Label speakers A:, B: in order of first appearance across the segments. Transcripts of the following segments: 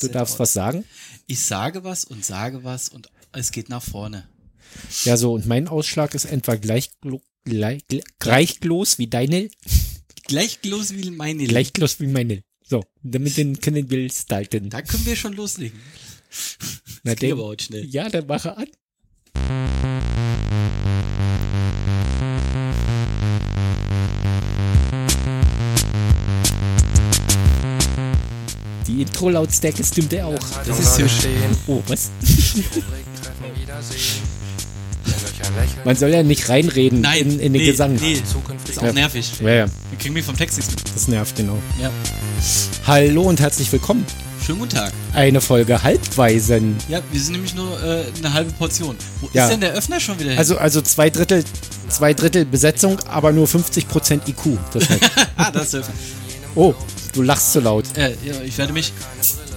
A: Du darfst was sagen?
B: Ich sage was und sage was und es geht nach vorne.
A: Ja, so, und mein Ausschlag ist etwa gleich, gleich, gleich groß wie deine,
B: Gleichglos wie meine.
A: gleich groß wie meine. So, damit den können wir starten.
B: Da können wir schon loslegen.
A: Na,
B: Das ging
A: den-
B: aber heute schnell.
A: Ja, dann mache an. Die Intro-Lautstärke stimmt ja auch.
B: das ist hübsch.
C: Stehen,
A: Oh, was?
C: Rubrik treffen, Wiedersehen. Wenn euch ein Lächeln
A: Man soll ja nicht reinreden
B: Nein,
A: in, in den
B: nee,
A: Gesang.
B: nee.
C: zukünftig
B: Ist auch
A: Ja.
B: nervig.
A: Ja, ja,
B: Wir kriegen mich vom Text nichts mit.
A: das nervt genau.
B: Ja.
A: Hallo und herzlich willkommen.
B: Schönen guten Tag.
A: Eine Folge Halbweisen.
B: Ja, wir sind nämlich nur äh, eine halbe Portion. Wo
A: Ja.
B: ist denn der Öffner schon wieder hin?
A: Also, also zwei Drittel, zwei Drittel Besetzung, aber nur 50% IQ. Das heißt,
B: ah, das ist der Öffner.
A: oh, du lachst zu laut.
B: Äh, ja, ich werde mich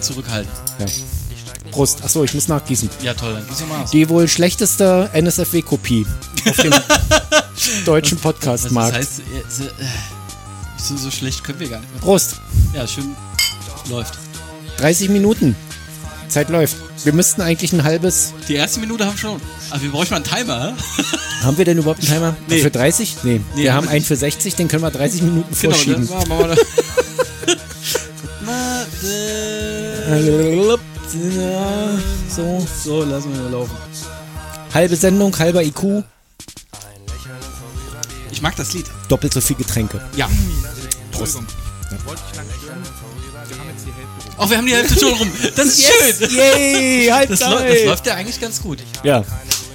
B: zurückhalten.
A: Ja. Prost. Achso, ich muss nachgießen.
B: Ja, toll, dann gieß doch mal aus.
A: Die wohl schlechteste NSFW-Kopie auf dem deutschen
B: Also, das
A: Podcastmarkt.
B: heißt, äh, so, äh, so, so schlecht können wir gar nicht.
A: Prost.
B: Ja, schön läuft.
A: 30 Minuten. Zeit läuft. Wir müssten eigentlich ein halbes.
B: Die erste Minute haben schon. Aber wir brauchen mal einen Timer.
A: Haben wir denn überhaupt einen Timer?
B: Nee.
A: Für 30? Nee.
B: Nee,
A: wir
B: haben
A: haben Genau,
B: wir
A: einen
B: nicht.
A: für 60, den können wir 30 Minuten
B: dann
A: vorschieben.
B: machen wir mal. Ma- äh,
A: ne? So.
B: So, lassen wir mal laufen.
A: Halbe Sendung, halber IQ,
B: Ich mag das Lied.
A: doppelt so viel Getränke.
B: Ja. Prost. Oh, wir haben die Hälfte schon rum. Das ist schön.
A: Yay, halb
B: Das, läu- das läuft ja eigentlich ganz gut.
A: Ja,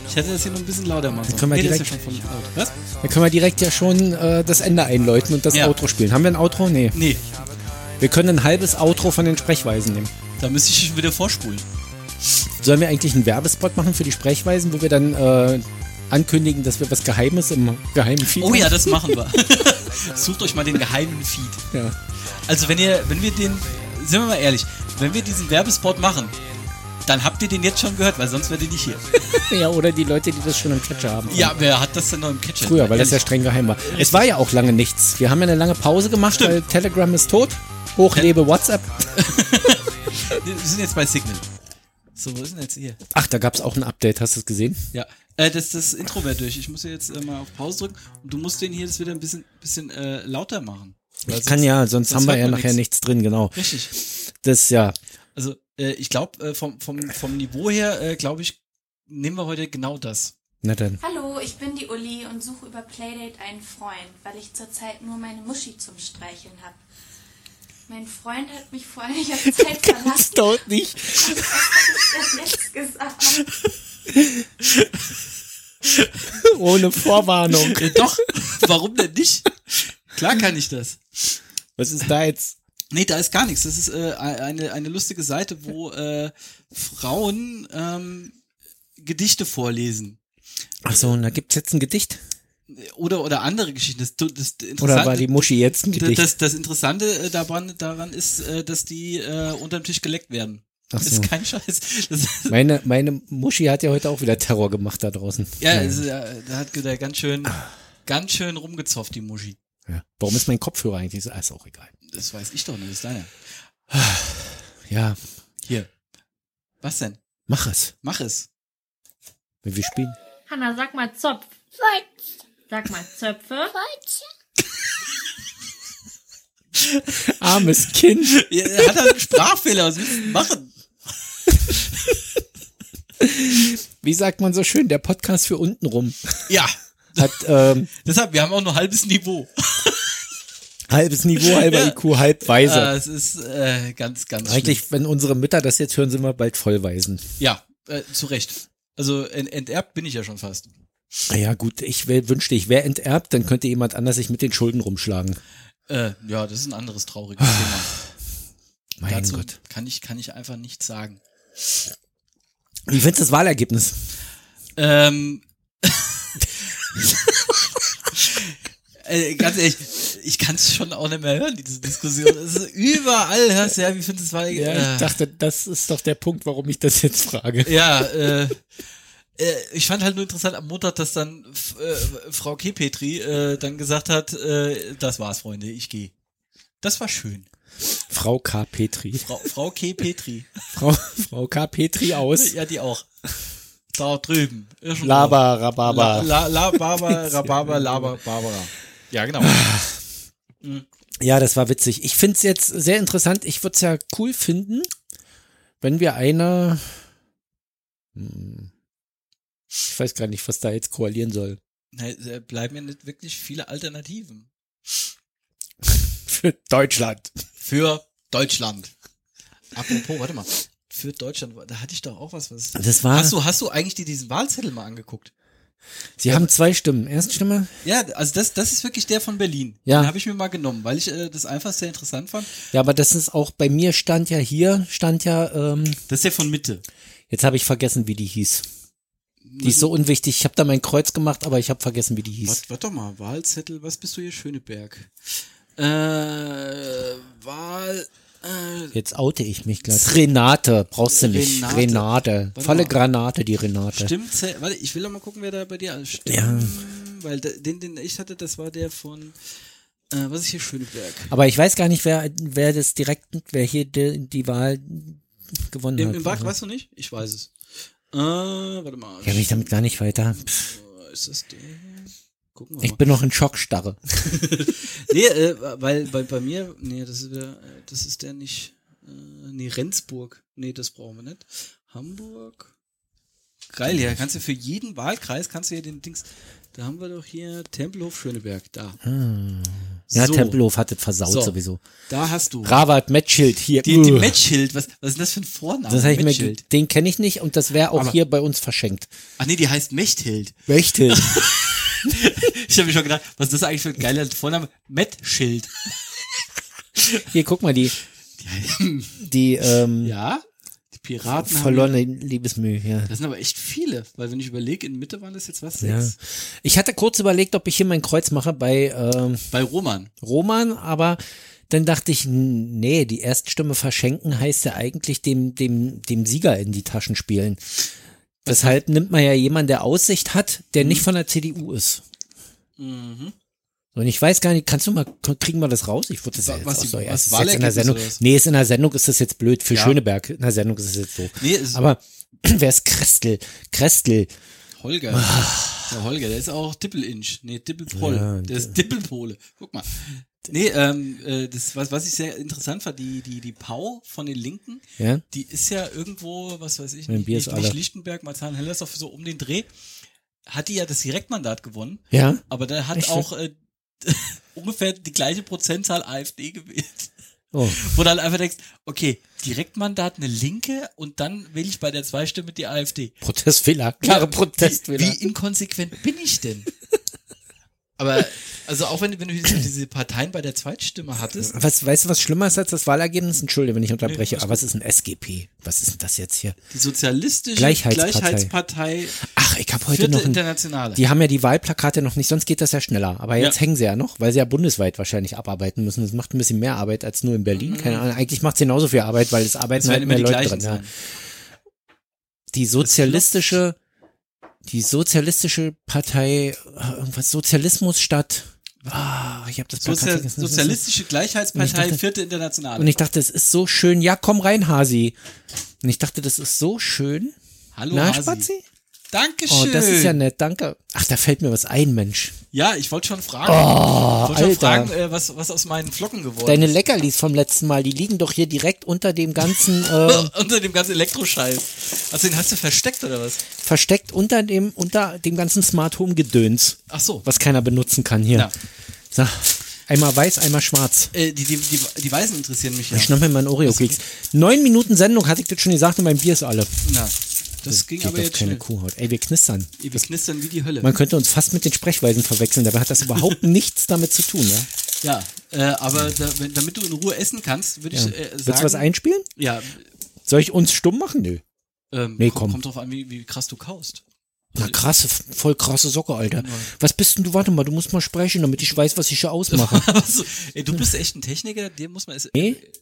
B: Ich hätte das hier noch ein bisschen lauter machen sollen.
A: können wir
B: nee, das ist ja
A: direkt-
B: schon von laut. Was?
A: dann können wir direkt ja schon äh, das Ende einläuten und das
B: Ja.
A: Outro spielen. Haben wir ein Outro? Nee.
B: Nee,
A: Wir können ein halbes Outro von den Sprechweisen nehmen.
B: da müsste ich schon wieder vorspulen.
A: Sollen wir eigentlich einen Werbespot machen für die Sprechweisen, wo wir dann äh, ankündigen, dass wir was Geheimes im geheimen Feed
B: Oh
A: haben?
B: ja, das machen wir. Sucht euch mal den geheimen Feed.
A: ja.
B: Also wenn ihr, wenn wir den, sind wir mal ehrlich, wenn wir diesen Werbespot machen, dann habt ihr den jetzt schon gehört, weil sonst wärt ihr nicht hier.
A: ja, oder die Leute, die das schon im Catcher haben.
B: Ja, wer hat das denn noch im Catcher?
A: Früher, weil das ja
B: Ehrlich.
A: streng geheim war. Es war ja auch lange nichts. Wir haben ja eine lange Pause gemacht,
B: Stimmt.
A: weil Telegram ist tot. Hochlebe WhatsApp.
B: Wir sind jetzt bei Signal. So, wo ist denn jetzt hier?
A: Ach, da gab es auch ein Update, hast du es gesehen?
B: Ja, äh, das, das Intro wäre durch. Ich muss hier jetzt äh, mal auf Pause drücken und du musst den hier jetzt wieder ein bisschen, bisschen äh, lauter machen. Weil
A: Ich kann ja, sonst
B: sonst
A: haben wir
B: hört
A: ja
B: man
A: nachher
B: nichts.
A: nichts drin, genau.
B: Richtig.
A: Das ja.
B: Also äh, ich glaube, äh, vom, vom, vom Niveau her, äh, glaube ich, nehmen wir heute genau das.
A: Na dann.
D: Hallo, ich bin die Uli und suche über Playdate einen Freund, weil ich zurzeit nur meine Muschi zum Streicheln habe. Mein Freund hat mich vor einiger Zeit verlassen.
A: dauert nicht.
D: Das jetzt gesagt.
A: Ohne Vorwarnung.
B: Äh, doch, warum denn nicht? Klar kann ich das.
A: Was ist da jetzt?
B: Nee, da ist gar nichts. Das ist äh, eine, eine lustige Seite, wo äh, Frauen ähm, Gedichte vorlesen.
A: Achso, und da gibt's jetzt ein Gedicht?
B: Oder, oder andere Geschichten. Das, das
A: Oder war die
B: Interessante,
A: Muschi jetzt ein
B: das,
A: Gedicht?
B: das, das Interessante äh, daran, daran ist, äh, dass die äh, unterm Tisch geleckt werden.
A: Ach
B: Das
A: so.
B: ist kein Scheiß. Das, ist-
A: Meine, meine Muschi hat ja heute auch wieder Terror gemacht da draußen.
B: ja, es ist, äh, da hat der ganz schön, ganz schön rumgezopft, die Muschi.
A: Ja. Warum ist mein Kopfhörer eigentlich so? Ah, ist auch egal.
B: Das weiß ich doch nicht, das ist deiner.
A: Ja,
B: Hier. Was denn?
A: mach es.
B: Mach es.
A: Wenn wir spielen.
E: Hanna, sag mal Zopf. Sag mal Zöpfe.
A: Armes Kind.
B: Ja, Er hat halt einen Sprachfehler, was willst du denn machen?
A: Wie sagt man so schön? Der Podcast für unten rum
B: Ja,
A: hat ähm,
B: deshalb, wir haben auch nur halbes Niveau.
A: halbes Niveau, halber
B: Ja.
A: IQ, halb weise.
B: Äh, es ist äh, ganz, ganz
A: Eigentlich, wenn unsere Mütter das jetzt hören, sind wir bald vollweisen.
B: schlimm. Ja, äh, zu Recht. Also ent enterbt bin ich ja schon fast.
A: Ja gut, ich wär- wünschte, ich wäre enterbt, dann könnte jemand anders sich mit den Schulden rumschlagen.
B: Äh, ja, das ist ein anderes trauriges Thema.
A: Mein
B: Dazu
A: Gott.
B: kann ich kann ich einfach nichts sagen.
A: Wie findest du das Wahlergebnis?
B: Ähm, äh, ganz ehrlich, ich kann es schon auch nicht mehr hören, diese Diskussion. Es ist überall, hörst du ja, wie findest du es? äh,
A: dachte, das ist doch der Punkt, warum ich das jetzt frage.
B: Ja, äh, äh, ich fand halt nur interessant am Montag, dass dann f- äh, Frau Kepetri äh, dann gesagt hat, äh, das war's, Freunde, ich gehe. Das war schön.
A: Frau K. Petri.
B: Frau, Frau K. Petri.
A: Frau, Frau K. Petri aus
B: Ja, die auch. Da drüben. Ist schon da.
A: Laba
B: La,
A: Rababa.
B: la, la, Barbara, Rhabarber, Laba, Barbara. Ja, genau.
A: Ja, das war witzig. Ich find's jetzt sehr interessant. Ich würd's ja cool finden, wenn wir eine. Hm. Ich weiß gar nicht, was da jetzt koalieren soll.
B: Ne, äh, bleiben ja nicht wirklich viele Alternativen.
A: Für Deutschland.
B: Für Deutschland. Apropos, warte mal. Für Deutschland, da hatte ich doch auch was. was
A: Das war.
B: Hast du, hast du eigentlich dir diesen Wahlzettel mal angeguckt?
A: Sie haben zwei Stimmen. Erststimme?
B: Ja, also das, das ist wirklich der von Berlin.
A: Ja.
B: Den habe ich mir mal genommen, weil ich äh, das einfach sehr interessant fand.
A: Ja, aber das ist auch bei mir stand ja hier, stand ja, ähm,
B: Das ist der von Mitte.
A: jetzt habe ich vergessen, wie die hieß. Die ist so unwichtig. Ich habe da mein Kreuz gemacht, aber ich habe vergessen, wie die hieß.
B: Warte, warte doch mal, Wahlzettel, was bist du hier, Schöneberg? Äh, Wahl, äh,
A: Jetzt oute ich mich gleich. Renate, brauchst du nicht.
B: Renate.
A: Renate.
B: Warte
A: Volle
B: mal.
A: Granate, die Renate.
B: Stimmzettel, warte, ich will doch mal gucken, wer da bei dir alles stimmt.
A: Ja.
B: Weil da- den, den ich hatte, das war der von, äh, was ist hier, Schöneberg?
A: Aber ich weiß gar nicht, wer, wer das direkt, wer hier die, die Wahl gewonnen
B: Im,
A: hat.
B: im Bug, weißt du nicht? Ich weiß es. Äh, warte mal.
A: Ich kenne mich damit gar nicht weiter.
B: ist das der? Gucken wir
A: Ich
B: mal.
A: bin noch in Schockstarre.
B: Nee, äh, weil bei, bei mir, nee, das ist wieder, äh, das ist der nicht, äh, nee, Rendsburg. Nee, das brauchen wir nicht. Hamburg. Geil, ja, kannst du für jeden Wahlkreis, kannst du hier den Dings, da haben wir doch hier Tempelhof Schöneberg, da.
A: Ah. Ja,
B: So.
A: Tempelhof hat es versaut
B: So.
A: sowieso.
B: Da hast du.
A: Rabat Matchschild hier.
B: die die
A: Ugh.
B: Matchschild, was, was ist denn das für ein Vorname?
A: das hab ich mir, ge-
B: Matchschild.
A: den kenne ich nicht und das wäre auch
B: Aber-
A: hier bei uns verschenkt.
B: Ach nee, die heißt Mechthild.
A: Mächtig.
B: Ich habe mir schon gedacht, was ist das eigentlich für ein geiler Vorname? Matchschild.
A: Hier, guck mal, die, die ähm,
B: Ja? Die Piraten haben-
A: verlorene Liebesmühe. Ja.
B: Das sind aber echt viele, weil wenn ich überlege, in Mitte waren das jetzt was?
A: Ja.
B: Sechs.
A: Ich hatte kurz überlegt, ob ich hier mein Kreuz mache bei ähm,
B: Bei Roman.
A: Roman, aber dann dachte ich, n- nee, die Erststimme verschenken heißt ja eigentlich dem, dem, dem Sieger in die Taschen spielen. Deshalb nimmt man ja jemanden, der Aussicht hat, der
B: Mhm.
A: nicht von der CDU ist. Und ich weiß gar nicht, kannst du mal, kriegen wir das raus? Ich würde das ja
B: Wa-
A: jetzt
B: was
A: auch
B: die-
A: so, ja,
B: was
A: es ist jetzt in der
B: Wahlergebnis
A: Sendung.
B: oder was?
A: Nee, ist in der Sendung ist das jetzt blöd für
B: Ja.
A: Schöneberg. In der Sendung ist es jetzt so.
B: Nee, es ist
A: Aber wer ist Krestel? Krestel.
B: Holger. Der Holger, der ist auch Dippelinch. Nee, Dippelpol.
A: Ah. Ja,
B: der ist Dippelpole. Guck mal. Nee, ähm, äh, das, was, was ich sehr interessant fand, die, die, die Pau von den Linken,
A: Ja?
B: die ist ja irgendwo, was weiß ich,
A: Mein
B: nicht,
A: Bier ist
B: nicht, nicht
A: alle.
B: Lichtenberg, Marzahn-Hellersdorf, so um den Dreh, hat die ja das Direktmandat gewonnen.
A: Ja?
B: Aber da hat
A: Echt?
B: auch äh, ungefähr die gleiche Prozentzahl AfD gewählt.
A: Oh.
B: Wo du halt einfach denkst, okay, Direktmandat eine Linke und dann wähle ich bei der Zweistimme die AfD.
A: Protestfehler. Klare Protestfehler.
B: Wie, wie inkonsequent bin ich denn? Aber, also auch wenn, wenn du diese, diese Parteien bei der Zweitstimme hattest,
A: Was, weißt du, was schlimmer ist als das Wahlergebnis? Entschuldige, wenn ich unterbreche,
B: alles
A: aber was ist ein SGP? Was ist denn das jetzt hier?
B: die sozialistische
A: Gleichheitspartei.
B: Gleichheitspartei
A: Ach, ich habe heute
B: Vierte
A: noch ein,
B: Internationale.
A: Die haben ja die Wahlplakate noch nicht, sonst geht das ja schneller. Aber jetzt
B: Ja.
A: hängen sie ja noch, weil sie ja bundesweit wahrscheinlich abarbeiten müssen. Das macht ein bisschen mehr Arbeit als nur in Berlin. Keine Ahnung. Eigentlich macht es genauso viel Arbeit, weil es arbeiten
B: das Mhm. werden
A: halt
B: immer
A: mehr
B: die
A: Leute
B: gleichen
A: drin. Ja.
B: sein.
A: Die sozialistische, die sozialistische Partei, äh, irgendwas, Sozialismus statt. Ah, ich habe das Plakat
B: Sozial,
A: vergessen.
B: sozialistische
A: Und ich
B: Gleichheitspartei,
A: dachte-
B: Vierte Internationale.
A: Und ich dachte, es ist so schön. Ja, komm rein, Hasi. Und ich dachte, das ist so schön.
B: Hallo,
A: Na,
B: Hasi.
A: Spazi?
B: Dankeschön.
A: Oh, das ist ja nett, danke. Ach, da fällt mir was ein, Mensch.
B: Ja, ich wollte schon fragen. ich wollte schon
A: Oh, Alter.
B: fragen, äh, was, was aus meinen Flocken geworden
A: Deine Leckerlis vom letzten Mal, die liegen doch hier direkt unter dem ganzen, äh,
B: ist. Unter dem ganzen Elektroscheiß. Also den hast du versteckt oder was?
A: versteckt unter dem, unter dem ganzen Smart Home Gedöns,
B: Ach so.
A: was keiner benutzen kann hier.
B: Ja.
A: So, einmal weiß, einmal schwarz.
B: Äh, die, die, die, die Weißen interessieren mich ja.
A: Ich schnapp mir mal einen Oreo-Keks. Neun Minuten Sendung, hatte ich das schon gesagt, und mein Bier ist alle.
B: Na, das ging
A: Geht
B: aber
A: auf
B: jetzt
A: keine
B: schnell.
A: Kuhhaut. Ey, wir knistern.
B: Wir knistern wie die Hölle.
A: Man könnte uns fast mit den Sprechweisen verwechseln, dabei hat das überhaupt nichts damit zu tun. Ja?
B: Ja, äh, aber da, wenn, damit du in Ruhe essen kannst, würde ich
A: Ja.
B: äh, sagen.
A: Willst du was einspielen?
B: Ja,
A: Soll ich uns stumm machen? Nö.
B: ähm,
A: Nee,
B: kommt,
A: komm.
B: kommt drauf an, wie, wie krass du kaust.
A: Na krasse, voll krasse Socke, Alter. Was bist denn du? Warte mal, du musst mal sprechen, damit ich weiß, was ich hier ausmache.
B: also, ey, du bist echt ein Techniker, dir muss man es.
A: Nee.
B: Jetzt-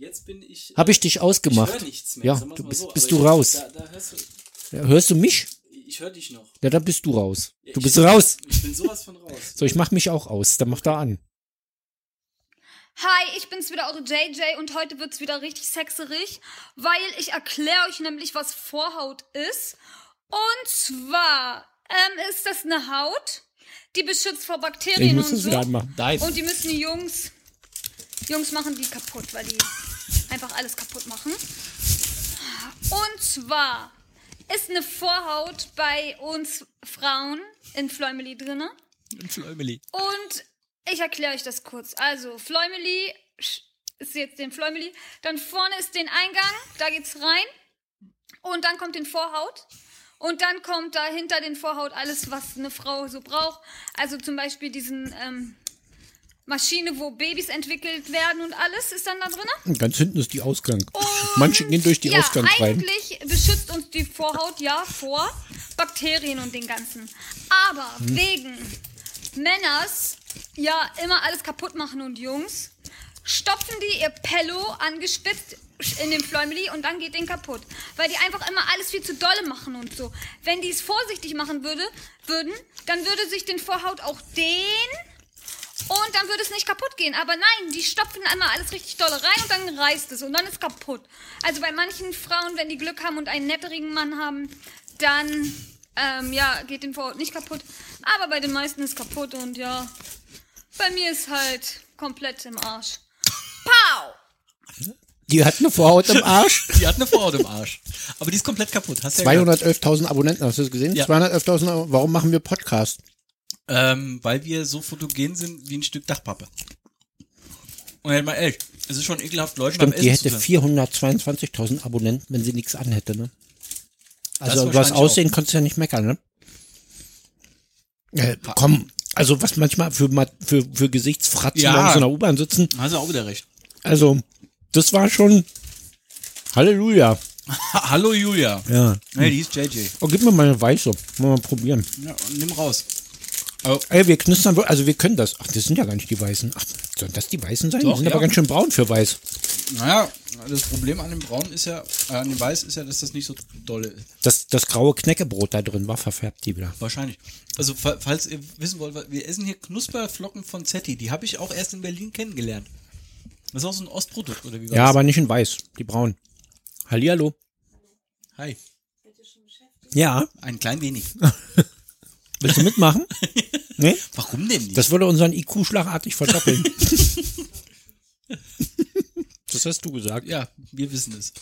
B: Jetzt bin ich.
A: Hab ich dich ausgemacht?
B: Ich höre nichts mehr.
A: Ja,
B: sagen wir's
A: du
B: mal
A: bist,
B: so,
A: bist
B: aber
A: du
B: ich-
A: raus.
B: Da, da hörst du,
A: Ja, Hörst du mich?
B: ich höre dich noch.
A: Ja, dann bist du raus. Du
B: ich-
A: bist raus.
B: Ich bin sowas von raus.
A: So, ich mach mich auch aus. Dann mach da an.
F: Hi, ich bin's wieder, eure JJ, und heute wird's wieder richtig sexerig, weil ich erkläre euch nämlich, was Vorhaut ist. Und zwar ähm, ist das eine Haut, die beschützt vor
G: Ich
F: Bakterien
G: muss
F: und
G: es
F: so.
G: gerade machen.
A: Dive.
F: Und die müssen die Jungs, Jungs machen die kaputt, weil die einfach alles kaputt machen. Und zwar ist eine Vorhaut bei uns Frauen in Fläumeli drinne.
B: Fläumeli.
F: Und ich erkläre euch das kurz. Also, Fläumeli sch- ist jetzt den Fläumeli. Dann vorne ist den Eingang, da geht's rein. Und dann kommt den Vorhaut. Und dann kommt dahinter den Vorhaut alles, was eine Frau so braucht. Also zum Beispiel diesen ähm, Maschine, wo Babys entwickelt werden und alles ist dann da drin.
G: Ganz hinten ist die Ausgang. Manche gehen durch die
F: Oh. ja,
G: Ausgang rein.
F: Eigentlich beschützt uns die Vorhaut ja vor Bakterien und den ganzen. Aber
G: Hm.
F: wegen Männers ja immer alles kaputt machen und Jungs, stopfen die ihr Pello angespitzt in den Fläumeli und dann geht den kaputt. Weil die einfach immer alles viel zu dolle machen und so. Wenn die es vorsichtig machen würde, würden, dann würde sich den Vorhaut auch dehnen und dann würde es nicht kaputt gehen. Aber nein, die stopfen einmal alles richtig doll rein und dann reißt es und dann ist kaputt. Also bei manchen Frauen, wenn die Glück haben und einen netterigen Mann haben, dann ähm, ja, geht den Vorhaut nicht kaputt. Aber bei den meisten ist kaputt und ja, bei mir ist halt komplett im Arsch. Pow!
A: Die hat eine Vorhaut im Arsch.
B: Die hat eine Vorhaut im Arsch. Aber die ist komplett kaputt. Hast du ja gehört.
G: 211.000 Abonnenten, hast du das gesehen?
B: Ja.
G: 211.000, Ab- warum machen wir Podcast?
B: Ähm, weil wir so fotogen sind wie ein Stück Dachpappe. Und halt mal ehrlich, es ist schon ekelhaft, Leuten beim
A: Stimmt, die
B: Essen
A: hätte
B: zu sein.
A: 422.000 Abonnenten, wenn sie nichts anhätte, ne? Also über das
B: wahrscheinlich
A: Aussehen konntest du ja nicht meckern, ne? Äh, komm, also was manchmal für, Ma- für, für Gesichtsfratzen
B: Ja.
A: morgens in der U-Bahn sitzen,
B: Hast du auch wieder recht.
A: also das war schon Halleluja.
B: Ha Hallo Julia.
A: Ja.
B: Hey, die ist JJ.
A: Oh, gib mir mal eine weiße, mal, mal probieren.
B: Ja, und nimm raus.
A: Ey, wir knistern, wir- also wir können das. Ach, das sind ja gar nicht die Weißen. Ach, sollen das die Weißen sein?
B: Doch,
A: die sind
B: ja.
A: aber ganz schön braun für Weiß.
B: Naja, das Problem an dem Braun ist ja, äh, an dem Weiß ist ja, dass das nicht so dolle ist.
A: Das, das graue Knäckebrot da drin war, verfärbt die wieder.
B: Wahrscheinlich. Also, fa falls ihr wissen wollt, wir essen hier Knusperflocken von Zetti. Die habe ich auch erst in Berlin kennengelernt. Das ist auch so ein Ostprodukt, oder wie war
A: Ja,
B: das?
A: aber nicht in weiß, die braun. Hallihallo.
B: Hi.
A: Ja,
B: Ein klein wenig.
A: willst du mitmachen? nee?
B: Warum denn nicht?
A: Das würde unseren IQ schlagartig verdoppeln. das hast du gesagt.
B: ja, wir wissen es.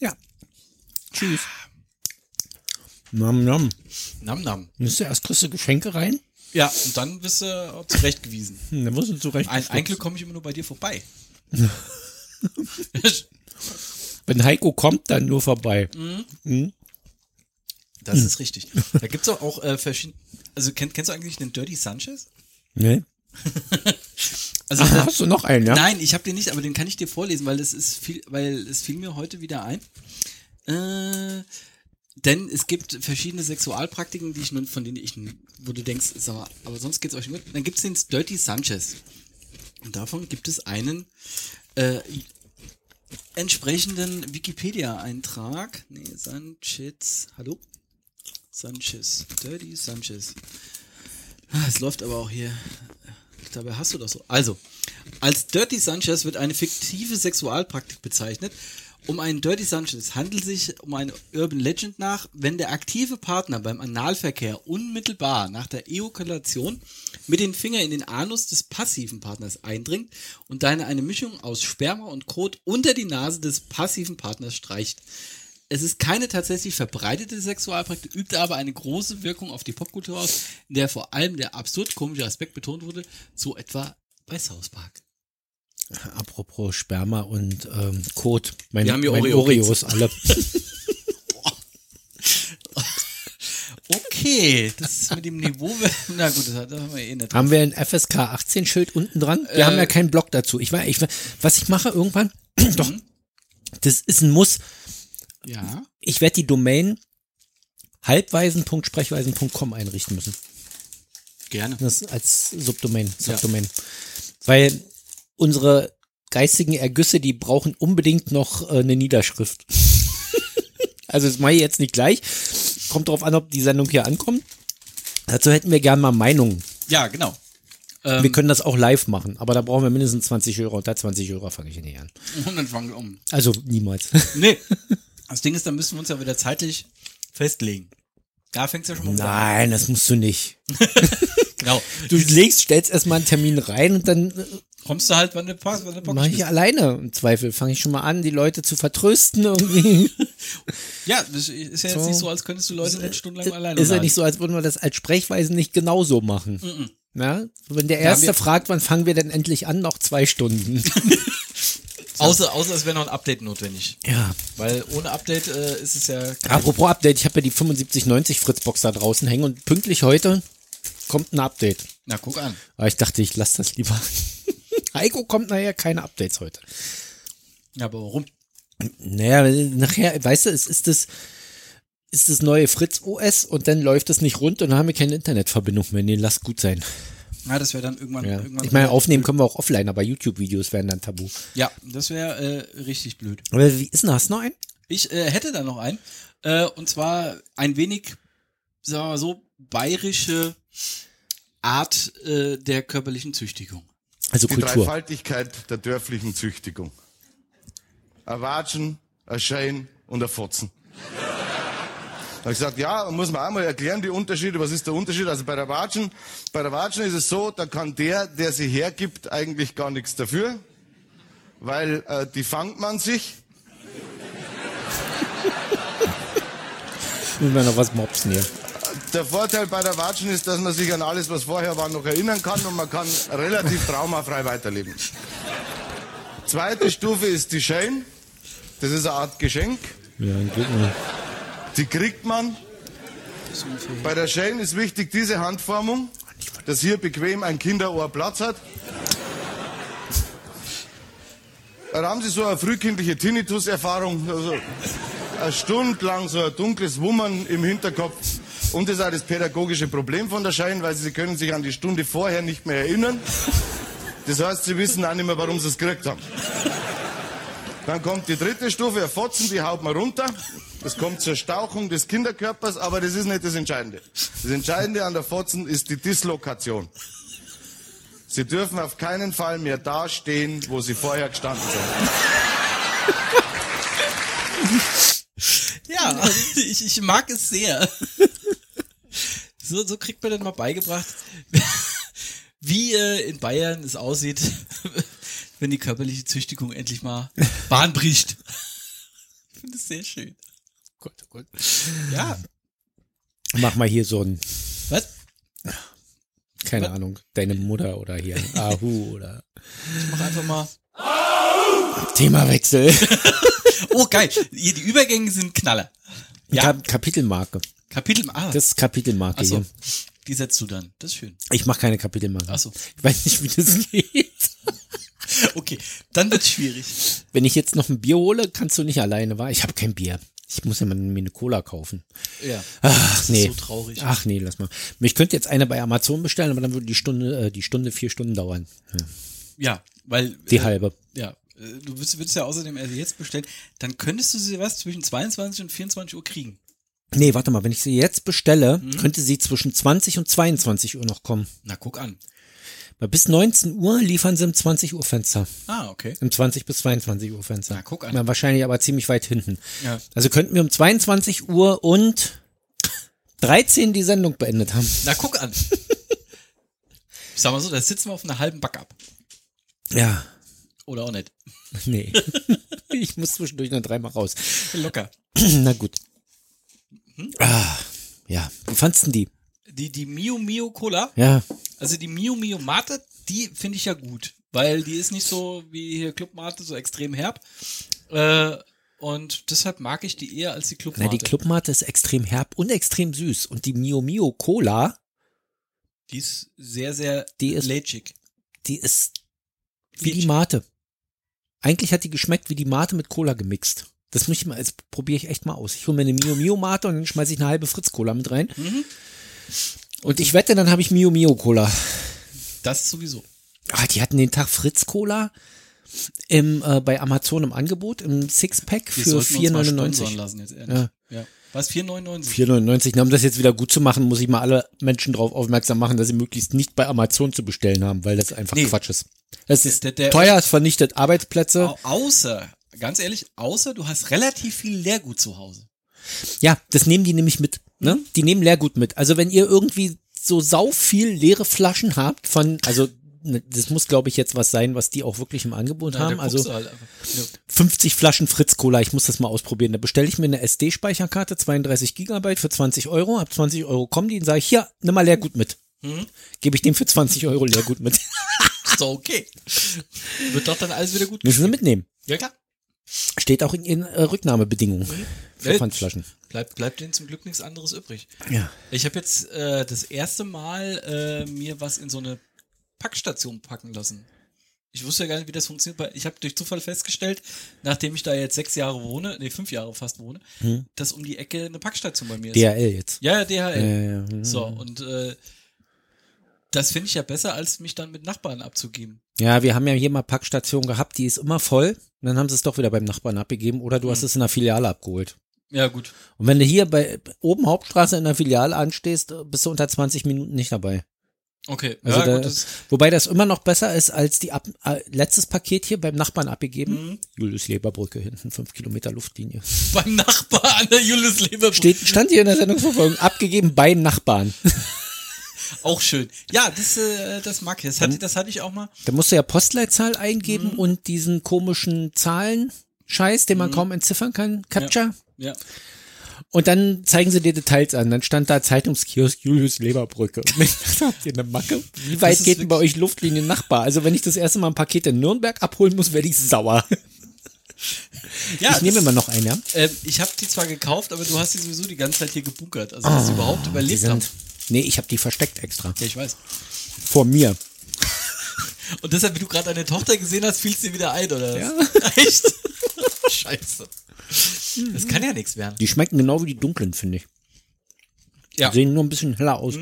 A: Ja. Tschüss. Nam, nam.
B: Nam nam.
A: Müsst du erst kriegst du Geschenke rein?
B: Ja, und dann bist du auch zurechtgewiesen.
A: Hm, dann musst du zurecht.
B: Ein, ein Glück komme ich immer nur bei dir vorbei.
A: Wenn Heiko kommt, dann nur vorbei.
B: Hm. das ist richtig. Da gibt es auch, auch äh, verschiedene. Also, kenn, kennst du eigentlich den Dirty Sanchez?
A: Ne?
B: Also,
A: Aha,
B: das-
A: hast du noch einen, ja?
B: Nein, ich habe den nicht, aber den kann ich dir vorlesen, weil das ist viel, weil es fiel mir heute wieder ein. Äh, denn es gibt verschiedene Sexualpraktiken, die ich nun, von denen ich, nun- wo du denkst, sag mal, aber sonst geht's euch nicht gut. Dann gibt's den Dirty Sanchez. Und davon gibt es einen äh, entsprechenden Wikipedia-Eintrag. Nee, Sanchez. Hallo? Sanchez. Dirty Sanchez. Ah, Es läuft aber auch hier. Dabei hast du das so. Also, als Dirty Sanchez wird eine fiktive Sexualpraktik bezeichnet. Um einen Dirty Sanchez handelt sich um eine Urban Legend nach, wenn der aktive Partner beim Analverkehr unmittelbar nach der Ejakulation mit den Fingern in den Anus des passiven Partners eindringt und daher eine Mischung aus Sperma und Kot unter die Nase des passiven Partners streicht. Es ist keine tatsächlich verbreitete Sexualpraktik, übt aber eine große Wirkung auf die Popkultur aus, in der vor allem der absurd komische Aspekt betont wurde, so etwa bei South Park.
A: Apropos Sperma und ähm, Kot. Mein,
B: Wir haben hier
A: mein
B: Oreo-Keks.
A: Oreos alle.
B: Okay, das ist mit dem Niveau. Na gut, das hat- das haben wir eh nicht.
A: Haben wir ein FSK 18 Schild unten dran?
B: Äh.
A: Wir haben ja keinen Blog dazu. Ich war, ich war, was ich mache irgendwann,
B: Mhm.
A: doch, das ist ein Muss.
B: Ja.
A: Ich werde die Domain halbweisen.sprechweisen.com einrichten müssen.
B: Gerne.
A: Das als Subdomain, Subdomain. Weil unsere geistigen Ergüsse, die brauchen unbedingt noch äh, eine Niederschrift. also das mache ich jetzt nicht gleich. Kommt drauf an, ob die Sendung hier ankommt. Dazu hätten wir gern mal Meinungen.
B: Ja, genau. Äh,
A: wir können das auch live machen, aber da brauchen wir mindestens 20 Hörer. Unter 20 Hörer fange ich nicht an.
B: Und dann fangen wir um.
A: Also niemals.
B: Nee. Das Ding ist, dann müssen wir uns ja wieder zeitlich festlegen. Da fängt's ja schon mal an.
A: Nein, das musst du nicht.
B: Genau.
A: Du legst, stellst erstmal einen Termin rein und dann
B: Kommst du halt, wann du passt, wann du Bock
A: mache ich alleine im Zweifel. Fange ich schon mal an, die Leute zu vertrösten irgendwie.
B: Ja, das ist ja jetzt nicht so, als könntest du Leute nicht stundenlang alleine
A: Äh, Ist ja nicht so, als würden wir das als Sprechweise nicht genauso machen. Ja? Wenn der Erste
B: wir- unterhalten.
A: fragt, wann fangen wir denn endlich an, noch zwei Stunden.
B: Außer, außer es wäre noch ein Update notwendig.
A: ja.
B: Weil ohne Update äh, ist es ja.
A: Apropos Update, ich habe ja die 7590 Fritzbox da draußen hängen und pünktlich heute kommt ein Update.
B: Na, guck an.
A: Aber ich dachte, ich lasse das lieber. Heiko kommt nachher keine Updates heute.
B: Ja, aber warum?
A: Naja, nachher, weißt du, es ist das, ist das neue Fritz OS und dann läuft es nicht rund und dann haben wir keine Internetverbindung mehr. Nee, lass gut sein.
B: Ja, das wäre dann irgendwann.
A: Ja.
B: irgendwann
A: Ich meine, aufnehmen können wir auch offline, aber YouTube-Videos wären dann tabu.
B: Ja, das wäre äh, richtig blöd.
A: Aber wie ist denn, hast du noch einen?
B: Ich äh, hätte da noch einen. Äh, und zwar ein wenig, sagen wir mal so, bayerische Art äh, der körperlichen Züchtigung.
A: Also
H: Die
A: Kultur.
H: Dreifaltigkeit der dörflichen Züchtigung. Ein Watschen, ein Schein und ein Fotzen. Da hab ich gesagt, ja, muss man einmal erklären, die Unterschiede. Was ist der Unterschied? Also bei der Watschen, bei der Watschen ist es so, da kann der, der sie hergibt, eigentlich gar nichts dafür, weil äh, die fangt man sich.
A: Müssen wir noch was mobsen hier.
H: Der Vorteil bei der Watschen ist, dass man sich an alles, was vorher war, noch erinnern kann und man kann relativ traumafrei weiterleben. Zweite Stufe ist die Schein. Das ist eine Art Geschenk.
A: Ja, dann geht mal.
H: Die kriegt man. Bei der Schein ist wichtig diese Handformung, dass hier bequem ein Kinderohr Platz hat. Da haben Sie so eine frühkindliche Tinnitus-Erfahrung, also eine Stunde lang so ein dunkles Wummern im Hinterkopf. Und das ist auch das pädagogische Problem von der Schein, weil Sie können sich an die Stunde vorher nicht mehr erinnern. Das heißt, Sie wissen auch nicht mehr, warum Sie es gekriegt haben. Dann kommt die dritte Stufe, ein Fotzen, die haut man runter. Es kommt zur Stauchung des Kinderkörpers, aber das ist nicht das Entscheidende. Das Entscheidende an der Fotzen ist die Dislokation. Sie dürfen auf keinen Fall mehr da stehen, wo sie vorher gestanden sind.
B: Ja, ich, ich mag es sehr. So, so kriegt man dann mal beigebracht, wie äh, in Bayern es aussieht, wenn die körperliche Züchtigung endlich mal Bahn bricht. Ich finde es sehr schön. Gott, oh Gott. Ja,
A: Mach mal hier so ein,
B: was?
A: keine Ahnung, deine Mutter oder hier ein Ahu oder
B: Ich mach einfach mal.
A: Themawechsel.
B: Oh, geil. Hier, Die Übergänge sind Knaller. Ja.
A: Kap Kapitelmarke.
B: Kapitel A.
A: Das ist Kapitelmarke
B: Achso,
A: hier.
B: die setzt du dann. Das ist schön.
A: Ich mache keine Kapitelmarke.
B: Ach so.
A: Ich weiß nicht, wie das geht.
B: Okay, dann wird's schwierig.
A: Wenn ich jetzt noch ein Bier hole, kannst du nicht alleine, war? Ich habe kein Bier. Ich muss ja mal mir eine Cola kaufen.
B: Ja.
A: Ach nee.
B: so traurig.
A: Ach nee, lass mal. Mich könnte jetzt einer bei Amazon bestellen, aber dann würde die Stunde, äh, die Stunde vier Stunden dauern. Ja.
B: Ja, weil.
A: Die halbe.
B: Ja, äh, du würdest, würdest ja außerdem erst jetzt bestellen, dann könntest du sie was zwischen 22 und 24 Uhr kriegen.
A: Nee, warte mal, wenn ich sie jetzt bestelle,
B: Mhm.
A: könnte sie zwischen 20 und 22 Uhr noch kommen.
B: Na, guck an.
A: Weil bis 19 Uhr liefern sie im 20 Uhr Fenster.
B: Ah, okay.
A: Im 20 bis 22 Uhr Fenster.
B: Na, guck an.
A: Ja, wahrscheinlich aber ziemlich weit hinten.
B: Ja.
A: Also könnten wir um 22 Uhr und 13 die Sendung beendet haben.
B: Na, guck an. Ich sag mal so, da sitzen wir auf einer halben Back ab.
A: Ja.
B: Oder auch nicht.
A: Nee. ich muss zwischendurch noch dreimal raus.
B: Locker.
A: Na gut.
B: Mhm.
A: Ah, ja. Wie fandst du die?
B: Die, die Mio Mio Cola,
A: Ja.
B: also die Mio Mio Mate, die finde ich ja gut. Weil die ist nicht so wie hier Club Mate, so extrem herb. Äh, und deshalb mag ich die eher als die Club
A: Na,
B: Mate.
A: die Clubmate ist extrem herb und extrem süß. Und die Mio Mio Cola,
B: die ist sehr, sehr
A: Die ist-
B: lätschig.
A: die ist wie
B: Peach.
A: die Mate. Eigentlich hat die geschmeckt wie die Mate mit Cola gemixt. Das muss ich mal, das probiere ich echt mal aus. Ich hole mir eine Mio Mio Mate und dann schmeiße ich eine halbe Fritz Cola mit rein.
B: Mhm.
A: Und ich wette, dann habe ich Mio Mio Cola.
B: Das sowieso.
A: Ah, die hatten den Tag Fritz Cola im, äh, bei Amazon im Angebot, im Sixpack
B: Die
A: für
B: sollten uns mal sponsern
A: 4,99.
B: lassen jetzt ehrlich.
A: Ja.
B: Ja. Was? 4,99?
A: 4,99. Na, Um das jetzt wieder gut zu machen, muss ich mal alle Menschen darauf aufmerksam machen, dass sie möglichst nicht bei Amazon zu bestellen haben, weil das einfach
B: Nee.
A: Quatsch ist. Es ist
B: Der- der-
A: teuer, es vernichtet Arbeitsplätze.
B: Au- Außer, ganz ehrlich, außer du hast relativ viel Leergut zu Hause.
A: Ja, das nehmen die nämlich mit. Ne? Die nehmen Leergut mit. Also wenn ihr irgendwie so sau viel leere Flaschen habt von, also ne, das muss glaube ich jetzt was sein, was die auch wirklich im Angebot
B: Na,
A: haben.
B: da
A: Also
B: guckst du halt einfach. Ja.
A: 50 Flaschen Fritz Cola, ich muss das mal ausprobieren. Da bestelle ich mir eine SD-Speicherkarte, 32 Gigabyte für 20 Euro, hab 20 Euro kommen die und sage ich, hier, nimm mal Leergut mit.
B: Hm?
A: Gebe ich dem für 20 Euro Leergut mit.
B: Ist doch okay. Wird doch dann alles wieder gut.
A: Müssen sie mitnehmen.
B: Ja, klar.
A: Steht auch in ihren äh, Rücknahmebedingungen für
B: Äh,
A: Pfandflaschen.
B: Bleibt, bleibt denen zum Glück nichts anderes übrig.
A: Ja.
B: Ich habe jetzt äh, das erste Mal äh, mir was in so eine Packstation packen lassen. Ich wusste ja gar nicht, wie das funktioniert, weil ich habe durch Zufall festgestellt, nachdem ich da jetzt sechs Jahre wohne, nee, fünf Jahre fast wohne,
A: Hm.
B: dass um die Ecke eine Packstation bei mir ist.
A: DHL jetzt.
B: Ja, ja, DHL.
A: Äh, hm.
B: So, und äh, das finde ich ja besser, als mich dann mit Nachbarn abzugeben.
A: Ja, wir haben ja hier mal Packstation gehabt, die ist immer voll. Und dann haben sie es doch wieder beim Nachbarn abgegeben oder
B: Hm.
A: du hast es in der Filiale abgeholt.
B: Ja, gut.
A: Und wenn du hier bei oben Hauptstraße in der Filiale anstehst, bist du unter 20 Minuten nicht dabei.
B: Okay.
A: Also
B: ja,
A: da,
B: gut, das,
A: wobei das immer noch besser ist als die ab, äh, letztes Paket hier beim Nachbarn abgegeben.
B: Hm.
A: Julius Leberbrücke hinten, fünf Kilometer Luftlinie.
B: beim Nachbar an der Julius Leber
A: Steht, stand hier in der Sendungsverfolgung, abgegeben bei Nachbarn.
B: auch schön. Ja, das, äh, das mag ich. Das hatte, das hatte ich auch mal.
A: Da musst du ja Postleitzahl eingeben
B: Hm.
A: und diesen komischen Zahlen-Scheiß, den man kaum entziffern kann, Captcha.
B: Ja.
A: Und dann zeigen sie dir Details an. Dann stand da Zeitungskiosk Julius Leberbrücke. Was habt ihr eine Macke? Wie weit
B: ist
A: geht denn bei euch Luftlinie Nachbar? Also wenn ich das erste Mal ein Paket in Nürnberg abholen muss, werde ich sauer.
B: ja
A: ich nehme
B: das-
A: immer noch einen, ja?
B: Ähm, ich habe die zwar gekauft, aber du hast die sowieso die ganze Zeit hier gebunkert. Also, dass sie überhaupt überlebt haben.
A: Nee, ich habe die versteckt extra.
B: Ja, ich weiß.
A: Vor mir.
B: Und deshalb, wie du gerade deine Tochter gesehen hast, fielst dir wieder ein, oder? Ja. Echt? Scheiße. Das kann ja nichts werden.
A: Die schmecken genau wie die dunklen, finde ich.
B: Ja.
A: Sehen nur ein bisschen heller aus.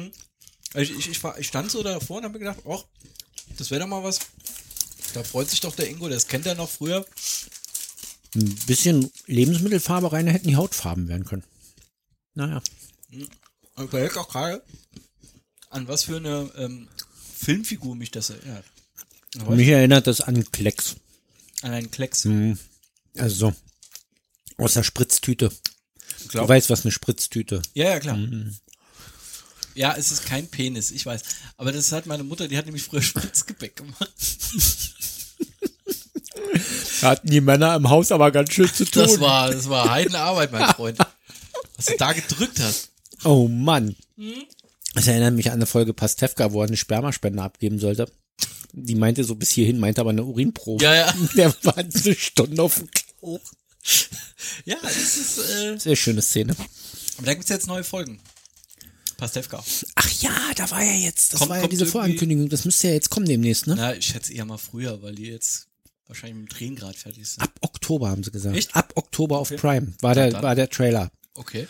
B: Also Ich, ich, ich, war, ich stand so davor und habe mir gedacht, ach, das wäre doch mal was. Da freut sich doch der Ingo, das kennt er noch früher.
A: Ein bisschen Lebensmittelfarbe rein, da hätten die Hautfarben werden können. Naja.
B: Und ich überlege auch gerade, an was für eine ähm, Filmfigur mich das erinnert.
A: Mich erinnert das an Klecks.
B: An einen Klecks.
A: Also so. Aus der Spritztüte.
B: Glaub-
A: Du weißt, was eine Spritztüte.
B: Ja, ja, klar. Ja, es ist kein Penis, ich weiß. Aber das hat meine Mutter, die hat nämlich früher Spritzgebäck gemacht.
A: Hatten die Männer im Haus aber ganz schön zu tun.
B: Das war, das war Heidenarbeit, mein Freund. Was du da gedrückt hast.
A: oh Mann.
B: Hm?
A: Das erinnert mich an eine Folge Pastewka, wo er eine Spermaspende abgeben sollte. Die meinte so bis hierhin, meinte aber eine Urinprobe.
B: Ja, ja.
A: Der war eine Stunde auf dem Klo.
B: Ja, das ist, äh,
A: Sehr schöne Szene.
B: aber da gibt's jetzt neue Folgen. Pastewka.
A: Ach ja, da war ja jetzt, das
B: Kommt-
A: war ja
B: kommt
A: diese
B: irgendwie-
A: Vorankündigung, das müsste ja jetzt kommen demnächst, ne?
B: Na, ich schätze eher mal früher, weil die jetzt wahrscheinlich mit dem Drehen gerade fertig sind.
A: Ab Oktober haben sie gesagt.
B: Echt?
A: Ab Oktober auf
B: Okay.
A: Prime war der,
B: dann.
A: war der Trailer.
B: Okay.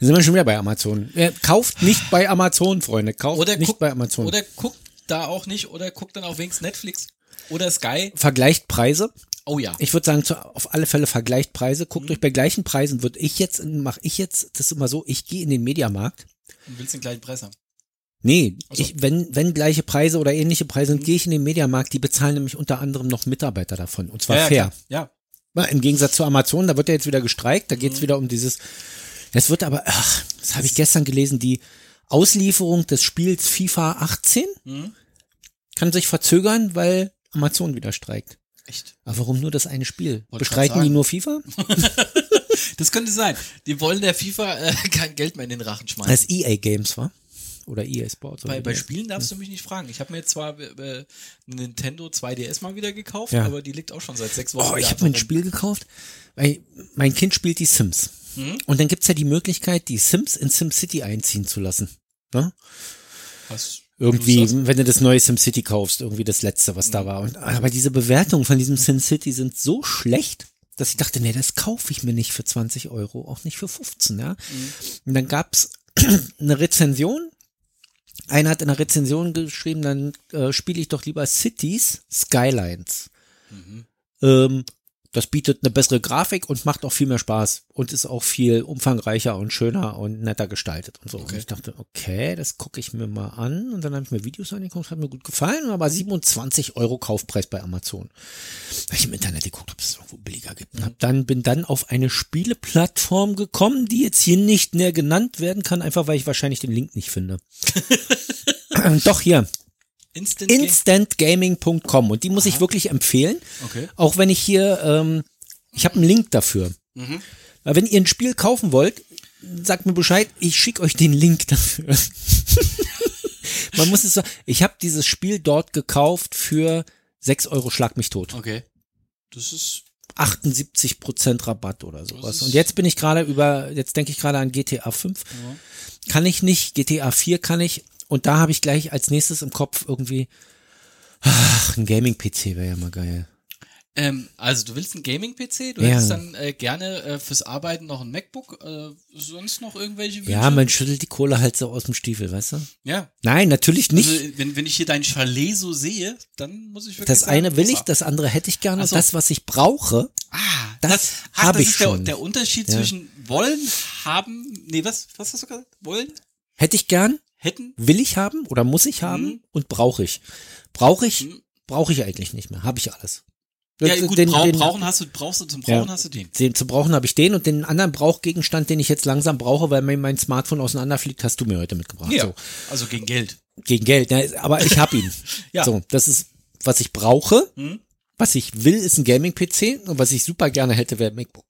A: Dann sind wir schon wieder bei Amazon. Äh, kauft nicht bei Amazon, Freunde. Kauft
B: Oder
A: nicht
B: guckt-
A: bei Amazon.
B: Oder guckt da auch nicht oder guckt dann auch wenigstens Netflix oder Sky.
A: Vergleicht Preise.
B: Oh ja.
A: Ich würde sagen, zu, auf alle Fälle vergleicht Preise. Guckt
B: Mhm.
A: euch bei gleichen Preisen, würde ich jetzt, mache ich jetzt das immer so, ich gehe in den Mediamarkt.
B: Du willst den gleichen Preis haben.
A: Nee,
B: so. Mhm.
A: ich, wenn, wenn gleiche Preise oder ähnliche Preise sind, gehe ich in den Mediamarkt. Die bezahlen nämlich unter anderem noch Mitarbeiter davon. Und zwar
B: ja,
A: fair.
B: Ja, klar. ja.
A: Na, Im Gegensatz zu Amazon, da wird ja jetzt wieder gestreikt, da
B: Mhm.
A: geht's wieder um dieses. Es wird aber, ach, das habe ich gestern gelesen, die Auslieferung des Spiels FIFA 18
B: Mhm.
A: kann sich verzögern, weil Amazon wieder streikt.
B: Echt.
A: Aber warum nur das eine Spiel?
B: Wollte
A: Bestreiken
B: grad
A: die
B: sagen.
A: nur FIFA?
B: Das könnte sein. Die wollen der FIFA äh, kein Geld mehr in den Rachen schmeißen.
A: Das ist EA E Games, war? Oder EA Sports. oder
B: bei,
A: wie
B: bei
A: die-
B: Spielen darfst du mich nicht fragen. Ich habe mir jetzt zwar äh, eine Nintendo 2DS mal wieder gekauft,
A: Ja.
B: aber die liegt auch schon seit sechs Wochen.
A: Oh, ich
B: wieder
A: habe mir ein
B: rum.
A: Spiel gekauft, weil mein Kind spielt die Sims.
B: Hm?
A: Und dann gibt's ja die Möglichkeit, die Sims in SimCity einziehen zu lassen. Ne?
B: Was?
A: Irgendwie,
B: Du sagst-
A: wenn du das neue SimCity kaufst, irgendwie das letzte, was da war. Und, aber diese Bewertungen von diesem SimCity sind so schlecht, dass ich dachte, nee, das kaufe ich mir nicht für 20 Euro, auch nicht für 15, ja. Und dann gab's eine Rezension. Einer hat in der Rezension geschrieben, dann äh, spiele ich doch lieber Cities Skylines. Ähm, Das bietet eine bessere Grafik und macht auch viel mehr Spaß und ist auch viel umfangreicher und schöner und netter gestaltet und so. Und ich dachte, okay, das gucke ich mir mal an und dann habe ich mir Videos angeguckt, hat mir gut gefallen, aber 27 Euro Kaufpreis bei Amazon. Hab ich im Internet geguckt, ob es irgendwo billiger gibt. Und hab dann, bin dann auf eine Spieleplattform gekommen, die jetzt hier nicht näher genannt werden kann, einfach weil ich wahrscheinlich den Link nicht finde. Doch hier,
B: Instant Game-
A: instantgaming.com und die muss ich wirklich empfehlen.
B: Okay.
A: Auch wenn ich hier, ähm, ich habe einen Link dafür.
B: Mhm.
A: Weil wenn ihr ein Spiel kaufen wollt, sagt mir Bescheid, ich schicke euch den Link dafür. Man muss es sagen, ich habe dieses Spiel dort gekauft für 6 Euro Schlag mich tot.
B: Okay. Das ist.
A: 78% Rabatt oder sowas.
B: ist-
A: Und jetzt bin ich gerade über, jetzt denke ich gerade an GTA 5. Kann ich nicht, GTA 4 kann ich. Und da habe ich gleich als nächstes im Kopf irgendwie, ach, ein Gaming-PC wäre ja mal geil.
B: Ähm, also du willst einen Gaming-PC, du
A: Ja.
B: hättest dann äh, gerne äh, fürs Arbeiten noch ein MacBook, äh, sonst noch irgendwelche
A: Ja, man schüttelt die Kohle halt so aus dem Stiefel, weißt du?
B: Ja.
A: Nein, natürlich nicht.
B: Also, wenn, wenn ich hier dein Chalet so sehe, dann muss ich wirklich
A: das
B: sagen,
A: eine will ich,
B: Wasser.
A: das andere hätte ich gerne.
B: Ach so.
A: Das, was ich brauche,
B: Ah,
A: das
B: ach,
A: hab
B: das
A: ich
B: ist
A: schon.
B: Der, der Unterschied
A: Ja.
B: zwischen wollen, haben, nee, was, was hast du gesagt? Wollen,
A: hätte ich gern,
B: hätten,
A: will ich haben oder muss ich haben und brauche ich. Brauche ich,
B: Mhm.
A: brauche ich eigentlich nicht mehr. Habe ich alles.
B: ja
A: Den-
B: gut,
A: den-
B: brau,
A: den-
B: brauchen hast du, brauchst du, zum
A: Ja.
B: Brauchen hast du den.
A: Den zu brauchen habe ich den und den anderen Brauchgegenstand, den ich jetzt langsam brauche, weil mir mein Smartphone auseinanderfliegt, hast du mir heute mitgebracht.
B: Ja,
A: So,
B: also gegen Geld.
A: gegen Geld, ne? aber ich habe ihn.
B: Ja.
A: So, das ist, was ich brauche.
B: Mhm.
A: Was ich will, ist ein Gaming-PC und was ich super gerne hätte, wäre ein MacBook.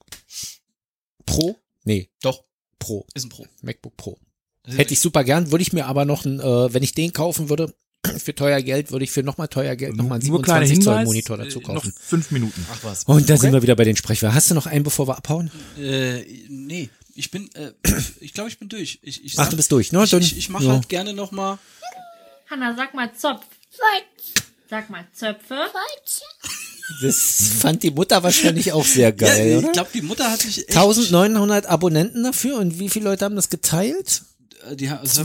A: Pro? Nee,
B: Doch,
A: Pro.
B: ist ein Pro.
A: MacBook Pro.
B: Das ist
A: Hätte ich super gern, würde ich mir aber noch, ein, äh, wenn ich den kaufen würde, für teuer Geld, würde ich für nochmal teuer Geld nochmal einen 27 Zoll Monitor dazu
I: äh, noch
A: kaufen.
I: fünf Minuten.
B: Ach was.
A: Und da sind wir wieder bei den Sprechwörtern. Hast du noch einen, bevor wir abhauen?
B: Äh, nee, ich bin, äh, ich glaube, ich bin durch. Ich, ich
A: Ach, du bist durch. Na,
B: ich
A: dann-
B: ich, ich mache
A: ja.
B: halt gerne noch mal.
E: Hanna, sag mal Zopf. Sag mal Zöpfe.
A: Das fand die Mutter wahrscheinlich auch sehr geil,
B: ja,
A: oder?
B: ich glaube, die Mutter hat sich echt,
A: 1900 Abonnenten dafür und wie viele Leute haben das geteilt?
B: äh, die, ha- also,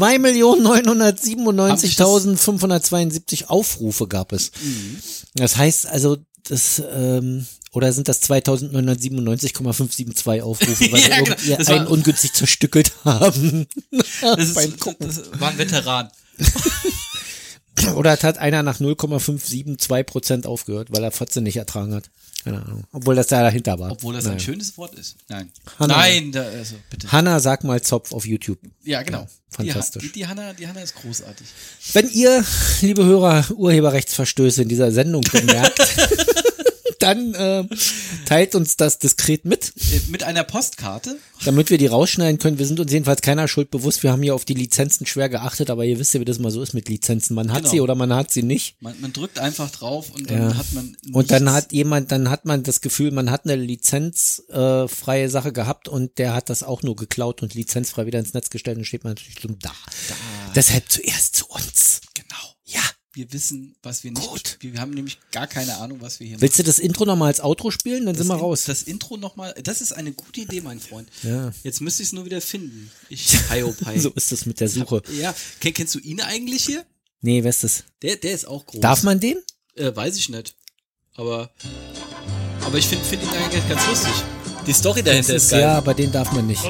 A: 2.997.572 Aufrufe gab es.
B: Mhm.
A: Das heißt also, das, ähm, oder sind das 2.997,572 Aufrufe, weil
B: Ja,
A: wir
B: genau.
A: irgendwie
B: Das war-
A: einen ungünstig zerstückelt haben?
B: das,
A: beim
B: ist,
A: Gucken.
B: das war ein Veteran.
A: Oder es hat einer nach 0,572 Prozent aufgehört, weil er Fotze nicht ertragen hat? Keine Ahnung. Obwohl das da dahinter war.
B: Obwohl das
A: Naja.
B: ein schönes Wort ist. Nein.
A: Hanna.
B: Nein, da, also bitte.
A: Hanna, sag mal Zopf auf YouTube.
B: Ja, genau.
A: fantastisch.
B: Die, Ha- die, die, Hanna, die Hanna ist großartig.
A: Wenn ihr, liebe Hörer, Urheberrechtsverstöße in dieser Sendung bemerkt, dann äh, teilt uns das diskret mit,
B: Äh, Mit einer Postkarte.
A: damit wir die rausschneiden können. Wir sind uns jedenfalls keiner Schuld bewusst. Wir haben hier auf die Lizenzen schwer geachtet, aber ihr wisst ja, wie das mal so ist mit Lizenzen. Man hat
B: Genau.
A: sie oder man hat sie nicht.
B: Man, man drückt einfach drauf und dann hat man.
A: Und dann
B: nichts.
A: hat jemand, dann hat man das Gefühl, man hat eine lizenzfreie äh, freie Sache gehabt und der hat das auch nur geklaut und lizenzfrei wieder ins Netz gestellt und steht man natürlich dumm da. Deshalb zuerst zu uns.
B: Genau.
A: Ja.
B: Wir wissen, was wir nicht.
A: Gut.
B: Wir, wir haben nämlich gar keine Ahnung, was wir hier
A: Willst du das Intro nochmal als Outro spielen? Dann sind wir
B: In-
A: raus.
B: Das Intro nochmal. Das ist eine gute Idee, mein Freund.
A: Ja.
B: Jetzt müsste ich es nur wieder finden. Ich. Hi, oh, hi.
A: So ist es mit der Suche.
B: Ja. Ken, kennst du ihn eigentlich hier?
A: Nee, wer ist das?
B: Der, der ist auch groß.
A: Darf man den?
B: Äh, weiß ich nicht. Aber. Aber ich finde find ihn eigentlich ganz lustig. Die Story dahinter ist geil. Oh.
A: ja, aber den darf man nicht.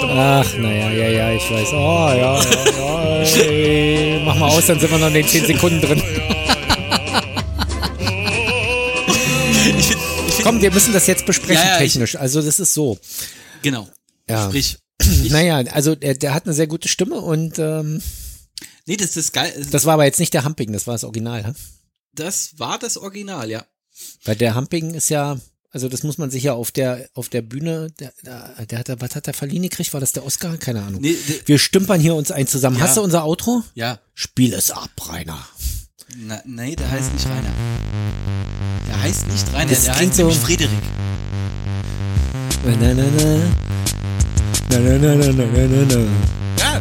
A: Ach, naja, ja, ja, ich weiß. Oh, ja, ja, ja. ey. Mach mal aus, dann sind wir noch in den 10 Sekunden drin.
B: Ich find, ich find,
A: Komm, wir müssen das jetzt besprechen
B: Ja, ja, ich-
A: technisch. Also das ist so.
B: Genau.
A: Ja.
B: Sprich.
A: Naja, also der, der hat eine sehr gute Stimme und ähm,
B: Nee, das ist geil.
A: das war aber jetzt nicht der Humping, das war das Original. hä?
B: Das war das Original, ja.
A: Weil der Humping ist ja, also das muss man sich ja auf der auf der Bühne, der, der, der hat, da- was hat der verliehen gekriegt? War das der Oscar? Keine Ahnung.
B: Nee, der-
A: Wir stümpern hier uns ein zusammen.
B: Ja.
A: Hast du unser Outro?
B: Ja.
A: Spiel es ab, Rainer.
B: Na, nee, der heißt nicht Rainer. Der heißt nicht Rainer,
A: Das
B: der
A: klingt
B: heißt nämlich
A: so-
B: Frederik.
A: Na, na, na, na. Na, na, na, na, na, na, na, na. Na,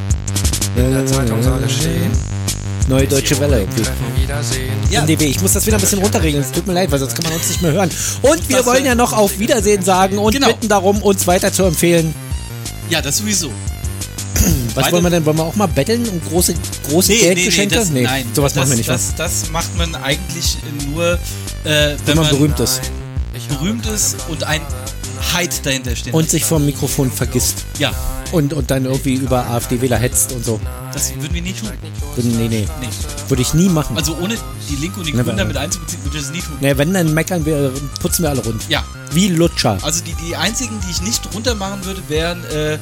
A: na, na,
C: Zeitung
A: na,
C: soll
A: na.
C: es stehen.
A: Neue Deutsche Welle. irgendwie.
C: Treffen, Wiedersehen.
B: Ja.
A: NDW. Ich muss das wieder ein bisschen runterregeln. Es tut mir leid, weil sonst kann man uns nicht mehr hören. Und wir
B: Das
A: wollen
B: wär-
A: ja noch auf Wiedersehen sagen und
B: Genau.
A: bitten darum, uns weiter zu empfehlen.
B: Ja, das sowieso.
A: Was
B: Weiter-
A: wollen wir denn? Wollen wir auch mal betteln und große, große Geldgeschenke?
B: das- nein.
A: sowas
B: das,
A: machen wir nicht. ne?
B: Das, das macht man eigentlich nur, äh,
A: Wenn
B: wenn
A: man
B: man,
A: berühmt ist.
C: Nein,
B: berühmtes und ein Hyde dahinter steht.
A: Und sich vom Mikrofon vergisst.
B: ja,
A: Und, und dann irgendwie über AfD-Wähler hetzt und so.
B: das würden wir nie tun.
A: Würde- Nee, nee.
B: Nee.
A: Würde ich nie machen.
B: Also ohne die Linke und die
A: Never.
B: Grünen damit einzubeziehen, würde ich das nie tun.
A: Nee, wenn, dann meckern wir, äh, putzen wir alle rund.
B: Ja,
A: Wie Lutscher,
B: also die, die einzigen, die ich nicht runter machen würde, wären, äh,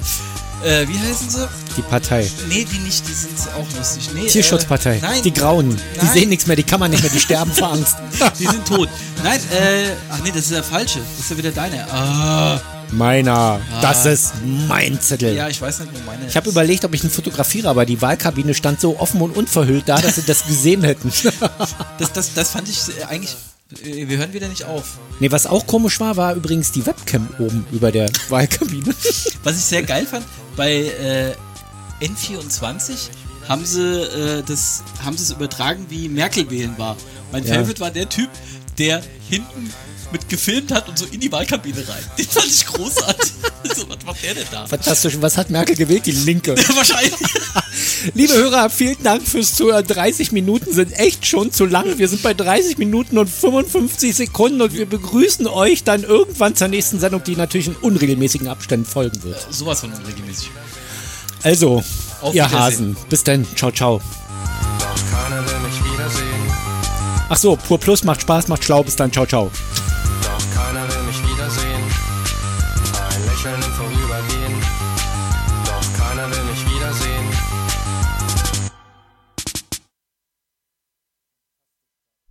B: äh, wie heißen sie?
A: die Partei.
B: Nee, die nicht, die sind auch lustig. Nee,
A: Tierschutzpartei.
B: Äh, nein,
A: die Grauen. Die
B: Nein.
A: sehen nichts mehr, die kann man nicht mehr, die sterben vor Angst.
B: die sind tot. Nein, äh, ach nee, das ist der falsche. Das ist ja wieder deine. Ah,
A: Meiner. Das ist mein Zettel.
B: ja, ich weiß nicht, wo meine.
A: Ich habe überlegt, ob ich ihn fotografiere, aber die Wahlkabine stand so offen und unverhüllt da, dass sie das gesehen hätten.
B: das, das, das fand ich äh, eigentlich. äh, Wir hören wieder nicht auf.
A: nee, was auch komisch war, war übrigens die Webcam oben über der Wahlkabine.
B: Was ich sehr geil fand, bei äh, N24 haben sie äh, das haben sie es übertragen, wie Merkel wählen war. Mein
A: Ja.
B: Favorite war der Typ, der hinten mit gefilmt hat und so in die Wahlkabine rein. Den fand ich großartig. so, was macht der denn da?
A: Fantastisch. Was hat Merkel gewählt? Die Linke.
B: Wahrscheinlich.
A: Liebe Hörer, vielen Dank fürs Zuhören. 30 Minuten sind echt schon zu lang. Wir sind bei 30 Minuten und 55 Sekunden und wir begrüßen euch dann irgendwann zur nächsten Sendung, die natürlich in unregelmäßigen Abständen folgen wird.
B: Sowas von unregelmäßig.
A: Also,
B: Auf
A: ihr
B: Wiedersehen.
A: Hasen. Bis dann. Ciao, ciao.
C: Doch keiner will mich wiedersehen.
A: Ach so, Pur Plus macht Spaß, macht schlau. Bis dann. Ciao, ciao.